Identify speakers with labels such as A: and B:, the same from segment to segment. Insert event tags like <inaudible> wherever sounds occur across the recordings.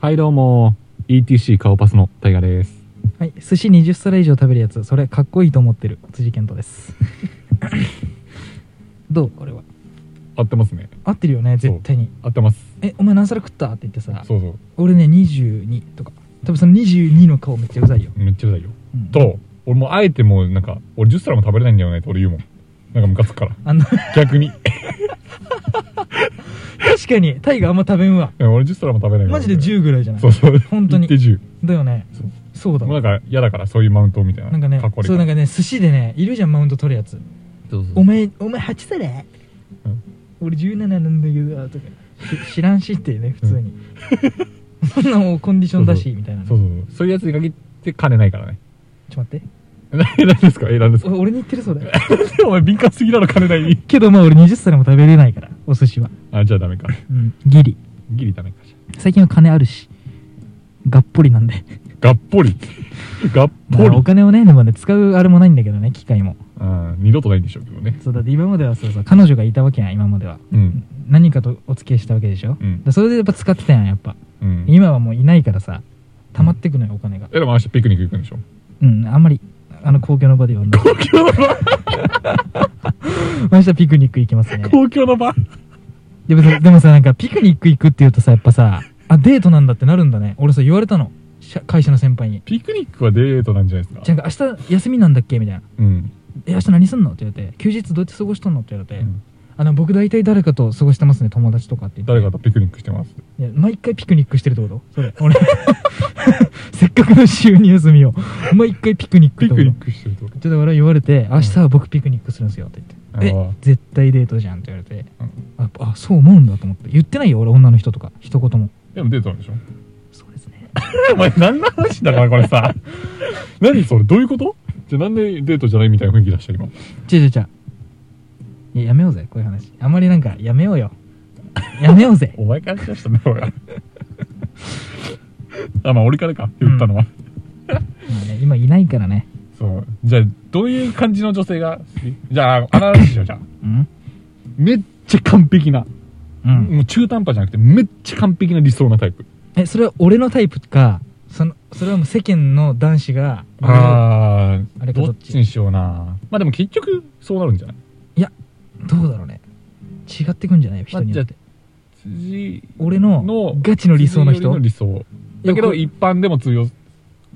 A: はい、どうも。ETC 顔パスのタイガです。
B: はい、寿司20皿以上食べるやつそれかっこいいと思ってる辻健人です
A: <laughs>
B: どう俺は
A: 合ってますね。
B: 合ってるよね
A: そう
B: 絶対に
A: 合ってます。
B: 「えお前何皿食った?」って言ってさ
A: そうそ
B: 俺ね22とか多分その22の顔めっちゃうざいよ、
A: う。めっちゃうざいよ。
B: うん
A: と、俺もうあえてもうなんか、俺10皿も食べれないんだよねって俺言うもん。なんかムカつくから。
B: あの
A: 逆に。 <laughs>
B: 確かにタイがあんま食べんわ
A: うん俺10皿も食べれないから
B: マジで。10ぐらいじゃない
A: そうそう。
B: 本当に
A: 行って10。
B: だよね
A: そう
B: そうだ
A: もう
B: わ
A: なんか嫌だから、そういうマウントみたいな。
B: なんかね
A: っこ悪い
B: そう
A: ら
B: なんかね寿司でねいるじゃんマウント取るやつ
A: そう
B: 「
A: そう
B: お前お前8皿、俺17なんだけど」とかし知らんしってね普 <laughs> 通に、そんなもうコンディションだしみたいなね
A: そうそうそう。そういうやつに限って金ないからね。 <laughs>
B: ちょっと待って
A: 何ですかえ、何ですか
B: お俺に言ってるそうだよ
A: <laughs> お前敏感すぎだろ、金ないに。
B: <laughs> けどまあ俺20皿も食べれないからお寿司は
A: あ、じゃあダメか。
B: うんギリ
A: ギリダメか。じゃ
B: 最近は金あるしがっぽりなん <laughs> で、
A: あがっぽり。がっ
B: まあ
A: ぽり
B: お。金をねでもね使うあれもないんだけどね機会も
A: うん、二度とないんでしょうけどね。
B: そうだって今まではそうそう彼女がいたわけやん今までは
A: うん。
B: 何かとお付き合いしたわけでしょ、
A: うん
B: だそれでやっぱ使ってたやんやっぱ
A: うん。
B: 今はもういないからさ溜まってくのよお金が
A: え、でも明日ピクニック行くんでしょ
B: うんあんまりあの公共の場ではない
A: <laughs> 公共の場
B: 明日ピクニック行きますね
A: 公共の場
B: でもさでもさなんかピクニック行くって言うとさやっぱさあデートなんだってなるんだね俺さ言われたの社会社の先輩に
A: ピクニックはデートなんじゃないです
B: じ
A: か
B: ゃあ明日休みなんだっけみたいな
A: うん。
B: 「え明日何すんの?」って言われて「休日どうやって過ごしとんの?」って言われて「
A: うん
B: あの僕大体誰かと過ごしてますね友達とか」って言って
A: 誰かとピクニックしてます。
B: いや毎回ピクニックしてるってことそれ俺 <laughs> せっかくの週に休みを毎回ピクニック
A: ピ
B: って
A: ク
B: こと
A: ニックしてるってこと
B: ちょっと俺は言われて「明日は僕ピクニックするんですよ」って言って「
A: ああ
B: え絶対デートじゃん」って言われて
A: うん。
B: ああそう思うんだと思って言ってないよ俺女の人とか一言も
A: でもデートなんでしょ
B: そうですね
A: <laughs> お前何の話だからこれさ。 <laughs> 何それどういうことじゃあなんでデートじゃないみたいな雰囲気出した今。
B: 違う違う違ういややめようぜこういう話あんまりなんかやめよ <laughs> うよやめようぜ
A: お前から出したね、俺は。 <laughs> あ、まあ俺からか。言ったのは。
B: まあね今いないからね
A: そう。じゃあ、どういう感じの女性がじゃあ、あの話しよう、じゃあ。
B: うん
A: めっちゃ完璧な。
B: うん
A: もう中途半端じゃなくて、めっちゃ完璧な理想なタイプ。
B: えそれは俺のタイプかそのそれはもう世間の男子が
A: あ
B: あ
A: あ、
B: れか
A: ど
B: ど
A: っ
B: っち
A: ちにしような。まあでも結局、そうなるんじゃない
B: どうだろうね違ってくんじゃないよ人によって、
A: 辻
B: 俺の
A: の、
B: ガチの理想の
A: 辻よ
B: 人
A: り理想。だけど、一般でも通用、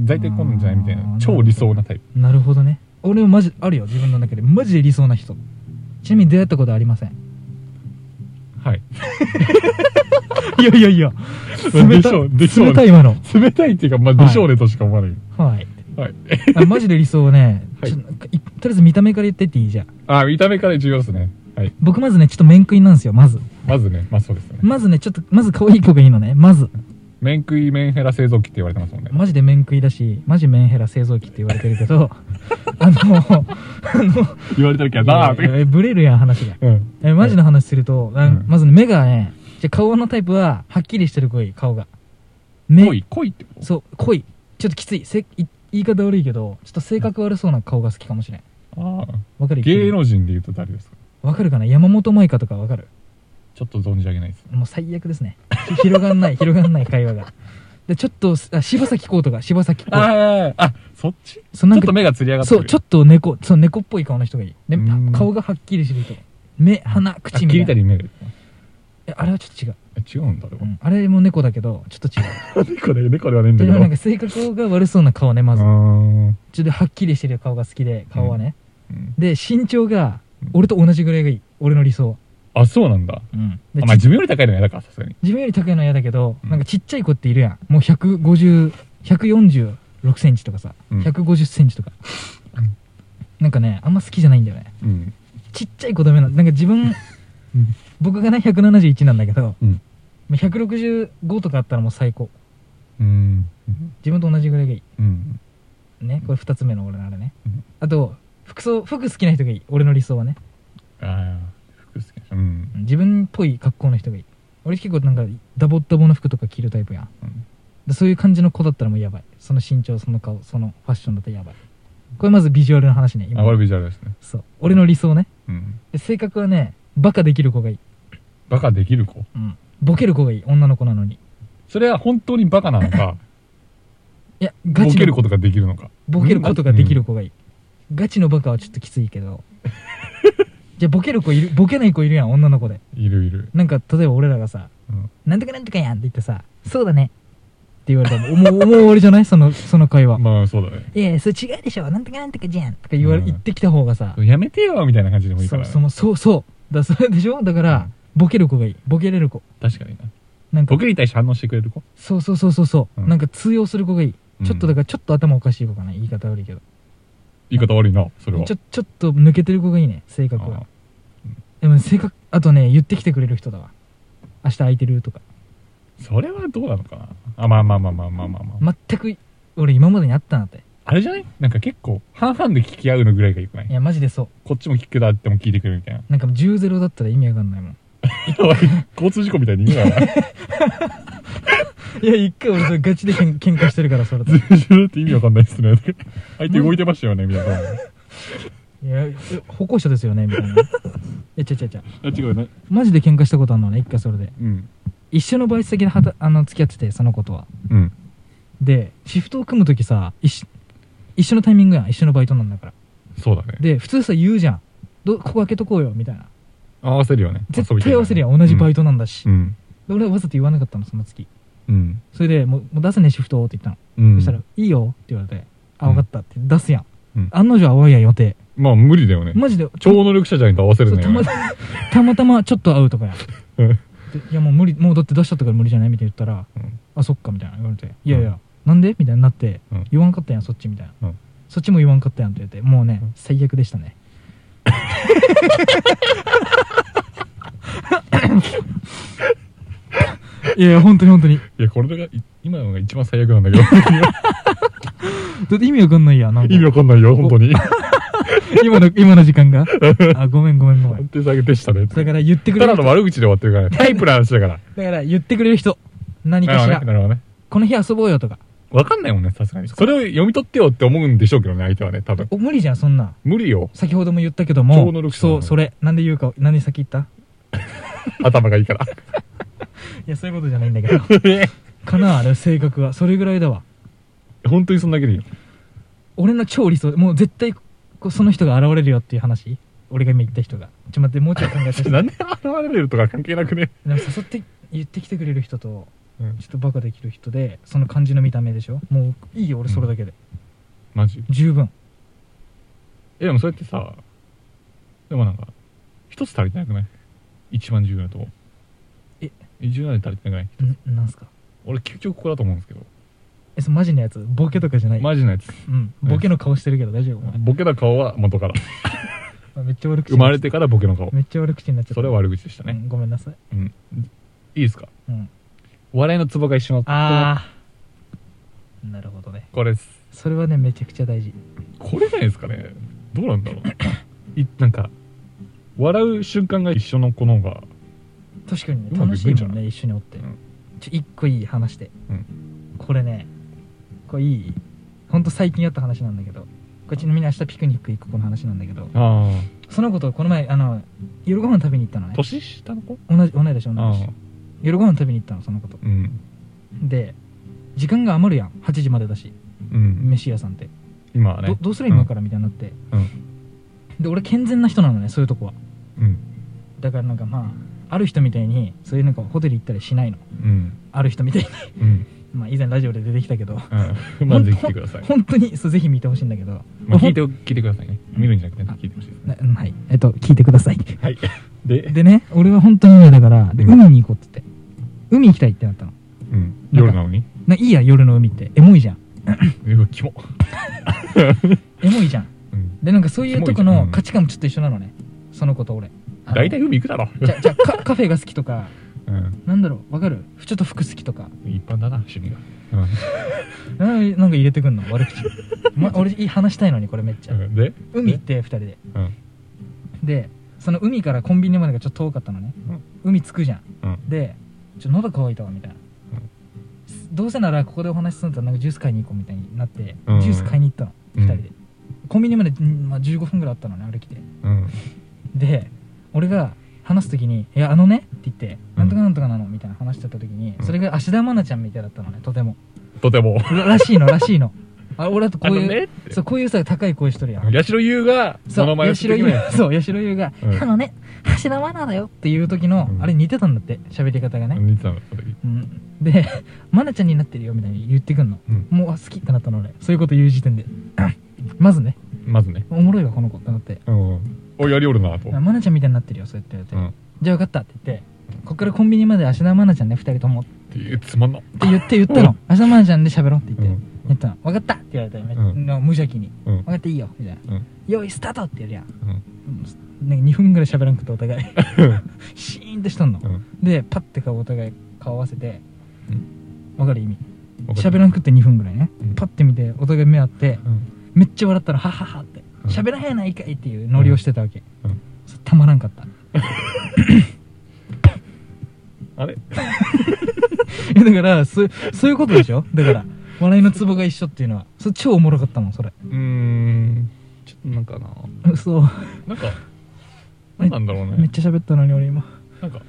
A: 大体こんなんじゃないみたい
B: あー
A: な。超理想なタイプ。
B: なるほどね俺もマジあるよ自分の中でマジで理想な人ちなみに出会ったことはありません
A: はい。
B: <laughs> いやいやいや冷
A: で
B: た
A: しょう、でしょう
B: 冷た
A: ね。
B: い今の
A: 冷たいっていうか、まあ、でしょうねとしか思わない。
B: はい
A: はい。
B: あマジで理想
A: <laughs>
B: はね、
A: はい
B: ちょっといとりあえず見た目から言ってっていいじゃん
A: あー、見た目から重要ですね。はい。
B: 僕まずねちょっと面食いなんですよまず
A: まずね、まあそうですね。
B: まずねちょっとまず可愛い子がいいのねまず
A: 面食い、面ヘラ製造機って言われてますもんね。
B: マジで面食いだしマジメンヘラ製造機って言われてるけ
A: <laughs>
B: どあのあの
A: 言われてるけどなー
B: いやいやブレるやん話が
A: うん。
B: えマジの話すると、あ
A: うん
B: まずね目がねじゃあ顔のタイプははっきりしてる子がいい顔が目
A: 濃い、濃いってこと
B: そう濃いちょっときついせい言い方悪いけどちょっと性格悪そうな顔が好きかもしれん
A: ああ。
B: わかる
A: 芸能人で言うと誰ですか
B: わかるかな山本舞香とかわかる
A: ちょっと存じ上げないです。
B: もう最悪ですね。ひ広がんない、広がんない会話が。で、ちょっと、あ柴咲コウとか、柴咲コウ。
A: ああ、あ、そっちち
B: そう、
A: ょ
B: な
A: っ
B: んか
A: と、目がつり上がって
B: そう、ちょ
A: っ
B: っと猫、そう、猫っぽい顔の人がいい。で
A: うん、
B: 顔がはっきりしてる人。目、鼻、口み
A: 切
B: た
A: りた
B: いな。
A: り目が出てます
B: えあれはちょっと違う。
A: え違うんだろ
B: う、んあれも猫だけど、ちょっと違う。
A: <laughs> 猫だよ、猫ではねえん
B: で
A: だけ
B: も
A: ど。
B: なんか性格が悪そうな顔ね、まず
A: う。ーん
B: ちょっとはっきりしてる顔が好きで、顔はね。
A: うん
B: で、身長が
A: うん、
B: 俺と同じぐらいがいい。俺の理想は。
A: あ、そうなんだ。
B: うん。
A: あ
B: で、
A: まあ、自分より高いのは嫌だから、さすがに。
B: 自分より高いのは嫌だけど、
A: うん
B: なんかちっちゃい子っているやん。もう150、146センチとかさ、
A: うん
B: 150センチとか
A: うん。
B: なんかね、あんま好きじゃないんだよね。
A: うん。
B: ちっちゃい子ダメなの。なんか
A: <laughs>
B: 自分、僕がね、171なんだけど、
A: うん
B: まあ165とかあったらもう最高。
A: うん。
B: 自分と同じぐらいがいい。
A: うん。
B: ね、これ二つ目の俺のあれね。
A: うん
B: あと、服装、服好きな人がいい。俺の理想はね。
A: ああ、服好きな人うん。
B: 自分っぽい格好の人がいい。俺結構なんか、ダボッダボの服とか着るタイプやん。
A: うん
B: でそういう感じの子だったらもうやばいその身長その顔そのファッションだったらやばいこれまずビジュアルの話ね今
A: あ、俺ビジュアルですね。
B: そう俺の理想ね
A: うん。
B: で性格はねバカできる子がいい、
A: バカできる子
B: ボケる子がいい女の子なのに
A: それは本当にバカなのか、
B: いや <laughs> ガ
A: ボ
B: チ
A: ケる
B: の
A: ことができるのか。
B: ボケることができる子がいい、ガチのバカはちょっときついけ
A: <laughs>
B: どじゃあボケる子いるボケない子いるやん女の子で
A: うん。いるいる。
B: なんか例えば俺らがさ
A: うん
B: 「なんとかなんとかやん」って言ってさ「そうだね」って言われたらもうもうもう終わりじゃないそのその会話
A: まあ、そうだね。
B: 「いやいやそれ違うでしょなんとかなんとかじゃん」とか言われ、
A: うん
B: 言ってきた方がさ
A: やめてよみたいな感じでもいいか
B: そ
A: ら
B: う
A: ね。
B: そのそうそうだそれでしょだから、
A: うん
B: ボケる子がいいボケれる子
A: 確かにな。
B: なんか
A: ボケに対して反応してくれる子
B: そうそうそうそうそう、
A: うん
B: なんか通用する子がいい、
A: うん
B: ちょっとだからちょっと頭おかしい子かな言い方悪いけど
A: 言い方悪いな、それは。
B: ちょちょっと抜けてる子がいいね性格
A: あ
B: はでも性格あとね言ってきてくれる人だわ明日空いてるとか
A: ーそれはどうなのかな。あ、まあまあまあまあまあまあまあ。
B: 全く俺今までにあったなって
A: あれじゃないなんか結構、半々で聞き合うのぐらいがよくない
B: いやマジでそう
A: こっちも聞くだっても聞いてくれるみたいな。
B: なんか10ゼロだったら意味わかんない
A: <laughs>
B: もん
A: おい <laughs> 交通事故みたいに言うなよ。
B: いや一回俺それガチでけん喧嘩してるからそ
A: <laughs>
B: れと
A: ずるずるって意味わかんないっす
B: <laughs>
A: ね。相手動いてましたよね、みたいな。あ、
B: いやえ歩行者ですよねみたいないやちゃちゃちゃ
A: 違うね。
B: マジで喧嘩したことあるのね一回それで
A: うん。
B: 一緒のバイト先ではたあの付き合っててその子とは
A: うん。
B: でシフトを組む時さ一緒一緒のタイミングやん一緒のバイトなんだから
A: そうだね。
B: で普通さ言うじゃんどここ開けとこうよみたいな
A: 合わせるよね。
B: 絶対合わせるやん同じバイ
A: ト。
B: トなんだし、
A: うん。
B: で俺はわざと言わなかったのその月
A: うん。
B: それでもう「もう出すねシフト」って言ったの、
A: うん。
B: そしたら「いいよ」って言われて「あ
A: うん
B: 分かった」って出すやん、
A: うん
B: 案の定合うやん予定
A: まあ無理だよね。
B: マジで
A: 超能力者じゃないと合わせる
B: そう
A: ね
B: た。またまたまちょっと会うとかやん
A: うん
B: でいやもう無理もうだって出しちゃったから無理じゃないみたいな言ったら「
A: うん
B: あそっか」みたいな言われて「いやいや、なんで?」みたいになって、
A: うん
B: 言わんかったやんそっち」みたいな、
A: うん
B: そっちも言わんかったやん」って言ってもうね、
A: うん
B: 最悪でし
A: <laughs>
B: たねいやいや本当に本当に
A: いや、これがい、今のが一番最悪なんだけど。
B: だって意味わかんないやんなん
A: <laughs>
B: か
A: 意味わかんないよ、本当に。
B: 今の今の時
A: <laughs>
B: 間があごめんごめんごめ
A: 安
B: ん
A: 定下でしたね。
B: だから言ってくれ
A: た
B: る
A: だ
B: 人
A: の悪口で終わってるからね。タイプの話だから。
B: だから言ってくれる人何か
A: な
B: し
A: る
B: ら
A: ほどねなるほどね。
B: この日遊ぼうよとか
A: わかんないもんね、さすがに。それを読み取ってよって思うんでしょうけどね、相手はね、多分。
B: お無理じゃんそんなん
A: 無理よ。
B: 先ほども言ったけども
A: 超能力者な
B: そ
A: の
B: うそれなんで言うかなんで先言った <laughs>
A: 頭がいい <laughs> から。
B: いやそういうことじゃないんだ
A: <laughs>
B: けどかなあれ性格はそれぐらいだわ
A: 本当にそんだけでいいよ。
B: 俺の超理想もう絶対こうその人が現れるよっていう話俺が今言った人がちょ待ってもうちょっと考えさせ
A: <laughs>
B: て
A: なんで現れるとか関係なくね。
B: でも誘って言ってきてくれる人と
A: うん
B: ちょっとバカできる人でその感じの見た目でしょもういいよ俺それだけで、
A: マジ。
B: 十分
A: え、でもそうやってさ、でもなんか、一つ足りてなくない一番重要なとこ。
B: え
A: 重要なで足りてなくない
B: んなんすか
A: 俺、究極ここだと思うんですけど。
B: えそのマジのやつボケとかじゃない、
A: マジのやつ。
B: うん、ボケの顔してるけど大丈夫お前
A: ボケた顔は元から。
B: あめっちゃ悪口
A: 生まれてからボケの顔。
B: めっちゃ悪口になっちゃった
A: それは悪口でした
B: う
A: ね。
B: んごめんなさい、
A: うん。いいですか
B: うん、
A: 笑いのツボが一緒の。
B: ああなるほどね
A: これです。
B: それはねめちゃくちゃ大事
A: これじゃないですかねどうなんだろう <coughs> いなんか笑う瞬間が一緒の子の方が
B: 確かに
A: うま
B: ね
A: く
B: 楽
A: い
B: し
A: く
B: い
A: んじゃ
B: も
A: ない
B: んね一緒におって、
A: うん
B: ちょ一個いい話で、
A: う
B: これねこれいいほんと最近やった話なんだけどこっちのみんな明日ピクニック行く子の話なんだけど
A: ああ
B: その子とこの前あの夜ご飯食べに行ったのね
A: 年下の子
B: 同じ同い年同い
A: あ
B: 年
A: あ
B: 夜ご飯食べに行ったのその子と
A: うん
B: で時間が余るやん8時までだし
A: うん
B: 飯屋さんって、
A: 今は
B: ど
A: ね
B: どうする今からみたいになって、で俺健全な人なのねそういうとこは
A: うん
B: だからなんかまあある人みたいにそういうなんかホテル行ったりしないの
A: うん
B: ある人みたいに <laughs>
A: うん
B: まあ以前ラジオで出てきたけど
A: うん <laughs> まあぜひ来てください、
B: 本当にそうぜひ見てほしいんだけど、
A: まあ、聞いて聞いてくださいね見るんじゃなくて聞いてほしいですね
B: なうんはいえっと聞いてください <laughs>
A: はいで、
B: でね俺は本当にねだからで
A: うん
B: 海に行こうって言って海行きたいってなったの
A: うん、夜なの <laughs> に
B: ないいや夜の海ってエモいじゃん
A: うわキモ、
B: エモいじゃん
A: うん、
B: でなんかそういうとこ
A: キモいじゃん
B: の
A: うん
B: 価値観もちょっと一緒なのねその子と俺あの
A: 大体海行くだろ、
B: じゃじゃ
A: <laughs>
B: カカフェが好きとか
A: うん、
B: なんだろうわかるちょっと服好きとか
A: 一般だな趣味が、う
B: ななんか入れてくんの悪口、
A: <laughs>
B: ま、俺いい話したいのにこれめっちゃ
A: んうん、で
B: 海行って2人で
A: うん
B: でその海からコンビニまでがちょっと遠かったのね、
A: うん
B: 海着くじゃん
A: うん
B: でちょ喉乾いたわみたいな、どうせならここでお話しするんだったらなんかジュース買いに行こうみたいになって、
A: うん
B: ジュース買いに行ったの
A: うん
B: 2人で、コンビニまで、んまあ、15分ぐらいあったのね歩きで
A: うん
B: で俺が「話す時に「いやあのね」って言って「
A: うん
B: なんとかなんとかなの」みたいな話してた時に
A: うん
B: それが芦田愛菜ちゃんみたいだったのねとても
A: とても。
B: ららしいのらしいのあ俺だとこう
A: あの
B: い
A: ね
B: う
A: って
B: そうこういうさ高い声しとるやん
A: 八代優が、
B: そ
A: その
B: う、
A: 前を
B: 八代優、そう、八代優が、
A: うん
B: あのね、橋田愛菜だよっていう時の、
A: うん
B: あれ似てたんだって、喋り方がね。
A: 似てたの、その時。
B: うん。で、愛菜ちゃんになってるよみたいに言ってくんの。
A: うん。
B: もう、あ好きってなったの俺。そういうこと言う時点で。 <coughs> まずね、
A: まずね。
B: おもろいわ、この子ってなって。
A: うん。お、やりおるな、と。
B: 愛菜ちゃんみたいになってるよ、そうやって言われて。
A: うん。っ
B: じゃあ分かったって言って、こっからコンビニまで芦田愛菜ちゃんね、二人ともって
A: いう、つまんな。
B: 言って言ったの。芦田愛菜ちゃんで喋ろうって言って。
A: うん
B: 言ったの。分かったって言われたよ、め
A: うん
B: の無邪気に。
A: うん
B: 分。かっていいよ、みたいな。
A: うん。
B: 用意スタートってやるやん。
A: うん。
B: なんか2分ぐらい喋らんくてお互いシーンとしとんの、
A: うん。
B: でパッて顔お互い顔合わせて
A: うん
B: わかる意味
A: わかる
B: 喋らんくって2分ぐらいね、
A: うん
B: パッて見てお互い目合って
A: うん。
B: めっちゃ笑ったらハッハッハって
A: うん
B: 喋らへんやないかいっていうノリをしてたわけ、
A: うん
B: そうたまらんかった <laughs> い
A: あれ
B: やだからそうそういうことでしょだから笑いのツボが一緒っていうのはそれ超おもろかったもんそれ
A: うーん。ちょっとなんかな。
B: 嘘
A: なんか、なんなんだろう
B: めっ
A: ね。
B: ちゃ喋ったのに俺今 <laughs>
A: なんか、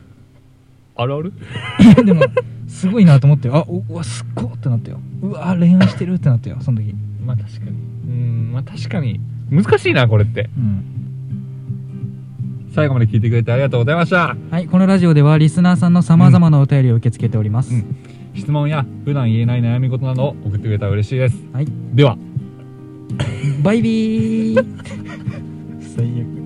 A: あるある
B: いやでもすごいなと思ってよあおうわすっごーってなったようわ恋愛してるってなったよその時
A: まあ確かに。うーん、まあ確かに。難しいな、これって。
B: うん
A: 最後まで聞いてくれてありがとうございました。
B: はい、このラジオではリスナーさんのさまざまなお便りを受け付けております。
A: うん質問や普段言えない悩み事などを送ってくれたら嬉しいです。
B: はい、
A: では。
B: バイビー最悪。